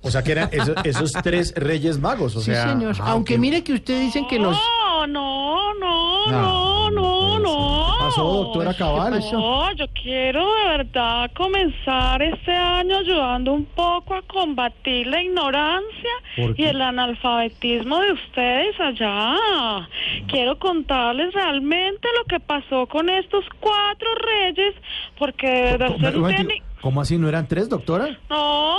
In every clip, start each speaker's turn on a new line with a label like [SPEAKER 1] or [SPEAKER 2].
[SPEAKER 1] O sea, que eran eso- esos tres reyes magos. O
[SPEAKER 2] Sí,
[SPEAKER 1] sea,
[SPEAKER 2] señor.
[SPEAKER 1] ah,
[SPEAKER 2] Aunque
[SPEAKER 1] ok.
[SPEAKER 2] mire que usted dicen que los...
[SPEAKER 3] No, no, no,
[SPEAKER 1] No,
[SPEAKER 3] no,
[SPEAKER 1] no
[SPEAKER 3] Ah, no, no.
[SPEAKER 1] puede ser. ¿Qué pasó, doctora
[SPEAKER 2] ¿qué
[SPEAKER 1] Cabal?
[SPEAKER 2] pasó?
[SPEAKER 3] No, yo quiero de verdad comenzar este año ayudando un poco a combatir la ignorancia
[SPEAKER 1] ¿Por qué?
[SPEAKER 3] y el analfabetismo de ustedes allá. Quiero contarles realmente lo que pasó con estos cuatro reyes, porque de verdad
[SPEAKER 1] ¿Cómo,
[SPEAKER 3] ustedes
[SPEAKER 1] un
[SPEAKER 3] no
[SPEAKER 1] momentico,
[SPEAKER 3] tienen ni-
[SPEAKER 1] ¿Cómo así no eran tres, doctora?
[SPEAKER 3] No,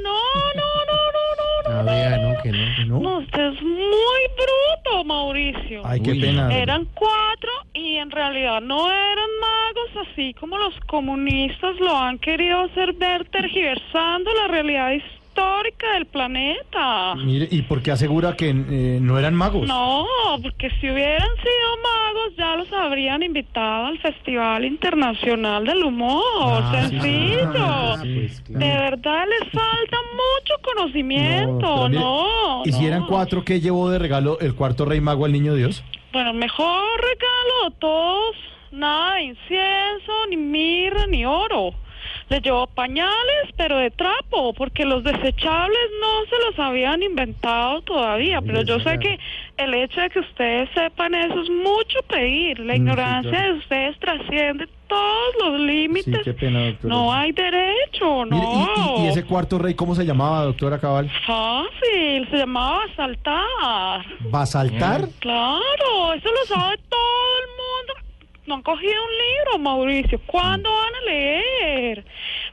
[SPEAKER 3] no, no, no, no, no, no.
[SPEAKER 2] A ver, Ah, no, que no.
[SPEAKER 1] No.
[SPEAKER 3] No, usted es muy bruto, Mauricio.
[SPEAKER 1] Ay, qué
[SPEAKER 2] Uy.
[SPEAKER 1] pena.
[SPEAKER 3] Eran cuatro y en realidad no eran magos así como los comunistas lo han querido hacer ver tergiversando la realidad histórica del planeta.
[SPEAKER 1] Mire, ¿y por qué asegura que eh, no eran magos?
[SPEAKER 3] No, porque si hubieran sido magos ya los habrían invitado al Festival Internacional del Humor.
[SPEAKER 1] Ah, sí,
[SPEAKER 3] Sencillo.
[SPEAKER 1] ah, pues, claro.
[SPEAKER 3] De verdad les falta mucho
[SPEAKER 1] pero
[SPEAKER 3] conocimiento,
[SPEAKER 1] mire,
[SPEAKER 3] no.
[SPEAKER 1] ¿Y si eran
[SPEAKER 3] no.
[SPEAKER 1] cuatro, qué llevó de regalo el cuarto rey mago al niño Dios?
[SPEAKER 3] Bueno, mejor regalo de todos, nada de incienso, ni mirra, ni oro. Les llevó pañales, pero de trapo, porque los desechables no se los habían inventado todavía. Pero yo sé que el hecho de que ustedes sepan eso es mucho pedir. La ignorancia
[SPEAKER 1] Mm, claro.
[SPEAKER 3] de ustedes trasciende todos los límites.
[SPEAKER 1] qué pena, doctora.
[SPEAKER 3] no hay derecho, no.
[SPEAKER 1] Mire, y, y- y ese cuarto rey cómo se llamaba, doctora Cabal?
[SPEAKER 3] Fácil, se llamaba asaltar.
[SPEAKER 1] ¿Basaltar?
[SPEAKER 3] Claro, eso lo sabe todo el mundo. No han cogido un libro, Mauricio. ¿Cuándo van a leer?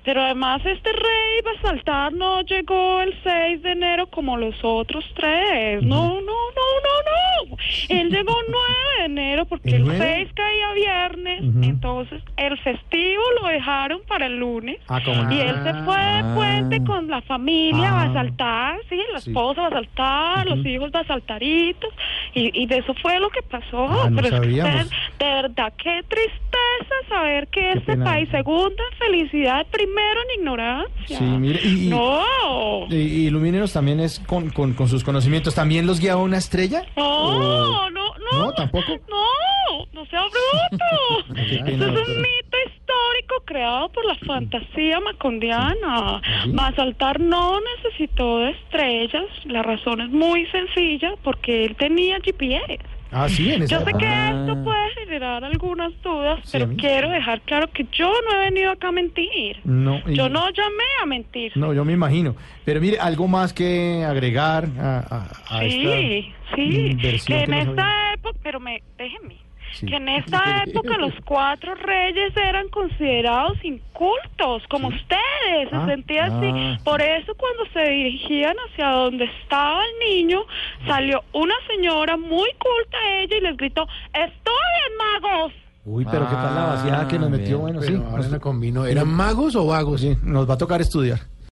[SPEAKER 3] Pero además este rey Basaltar no llegó el 6 de enero como los otros tres. No, no, no, no, no. Él llegó el 9 de enero porque
[SPEAKER 1] ¿El
[SPEAKER 3] el
[SPEAKER 1] nueve?
[SPEAKER 3] 6 caía viernes.
[SPEAKER 1] Ujú.
[SPEAKER 3] Entonces el festivo lo dejaron para el lunes.
[SPEAKER 1] Ah, como no.
[SPEAKER 3] Y él se fue de puente con la familia,
[SPEAKER 1] Ah.
[SPEAKER 3] va a saltar, sí, la
[SPEAKER 1] Sí.
[SPEAKER 3] esposa va a saltar, los hijos va a saltaritos, y, y de eso fue lo que pasó.
[SPEAKER 1] Ah, no
[SPEAKER 3] Pero es que
[SPEAKER 1] sabíamos.
[SPEAKER 3] ustedes, de verdad, qué tristeza saber que este
[SPEAKER 1] pena.
[SPEAKER 3] país, segundo en felicidad, primero en ignorancia.
[SPEAKER 1] Sí, mire, y, y-
[SPEAKER 3] No.
[SPEAKER 1] y- y ilumínenos también es con, con- con sus conocimientos. ¿También los guiaba una estrella?
[SPEAKER 3] No, no, no.
[SPEAKER 1] No, tampoco.
[SPEAKER 3] No, no sea bruto.
[SPEAKER 1] Qué pena,
[SPEAKER 3] Esto es un
[SPEAKER 1] doctora.
[SPEAKER 3] mito histórico creado por la fantasía macondiana.
[SPEAKER 1] Sí.
[SPEAKER 3] Basaltar no necesitó de estrellas. La razón es muy sencilla, porque él tenía GPS.
[SPEAKER 1] Ah, sí, en esa
[SPEAKER 3] Yo sé que
[SPEAKER 1] época.
[SPEAKER 3] esto puede generar algunas dudas,
[SPEAKER 1] Sí, a
[SPEAKER 3] pero
[SPEAKER 1] mí.
[SPEAKER 3] quiero dejar claro que yo no he venido acá a mentir.
[SPEAKER 1] No, y-
[SPEAKER 3] Yo no llamé a mentir.
[SPEAKER 1] Mm. No, yo me imagino. Pero mire, algo más que agregar a, a- a
[SPEAKER 3] Sí,
[SPEAKER 1] esta
[SPEAKER 3] sí,
[SPEAKER 1] inversión
[SPEAKER 3] que en
[SPEAKER 1] nos habían-
[SPEAKER 3] esta época, pero me, déjeme,
[SPEAKER 1] Sí.
[SPEAKER 3] que en esta época los cuatro reyes eran considerados incultos, como ustedes, se
[SPEAKER 1] Ah,
[SPEAKER 3] sentían así.
[SPEAKER 1] ah.
[SPEAKER 3] Por eso cuando se dirigían hacia donde estaba el niño, salió una señora muy culta a ella y les gritó, ¡Estudien, magos!
[SPEAKER 1] Uy, pero qué tal la vaciada que nos metió. bueno,
[SPEAKER 2] Ah, Pero
[SPEAKER 1] sí.
[SPEAKER 2] ahora
[SPEAKER 1] Nos,
[SPEAKER 2] no combino. ¿Eran magos o vagos?
[SPEAKER 1] sí, nos va a tocar estudiar.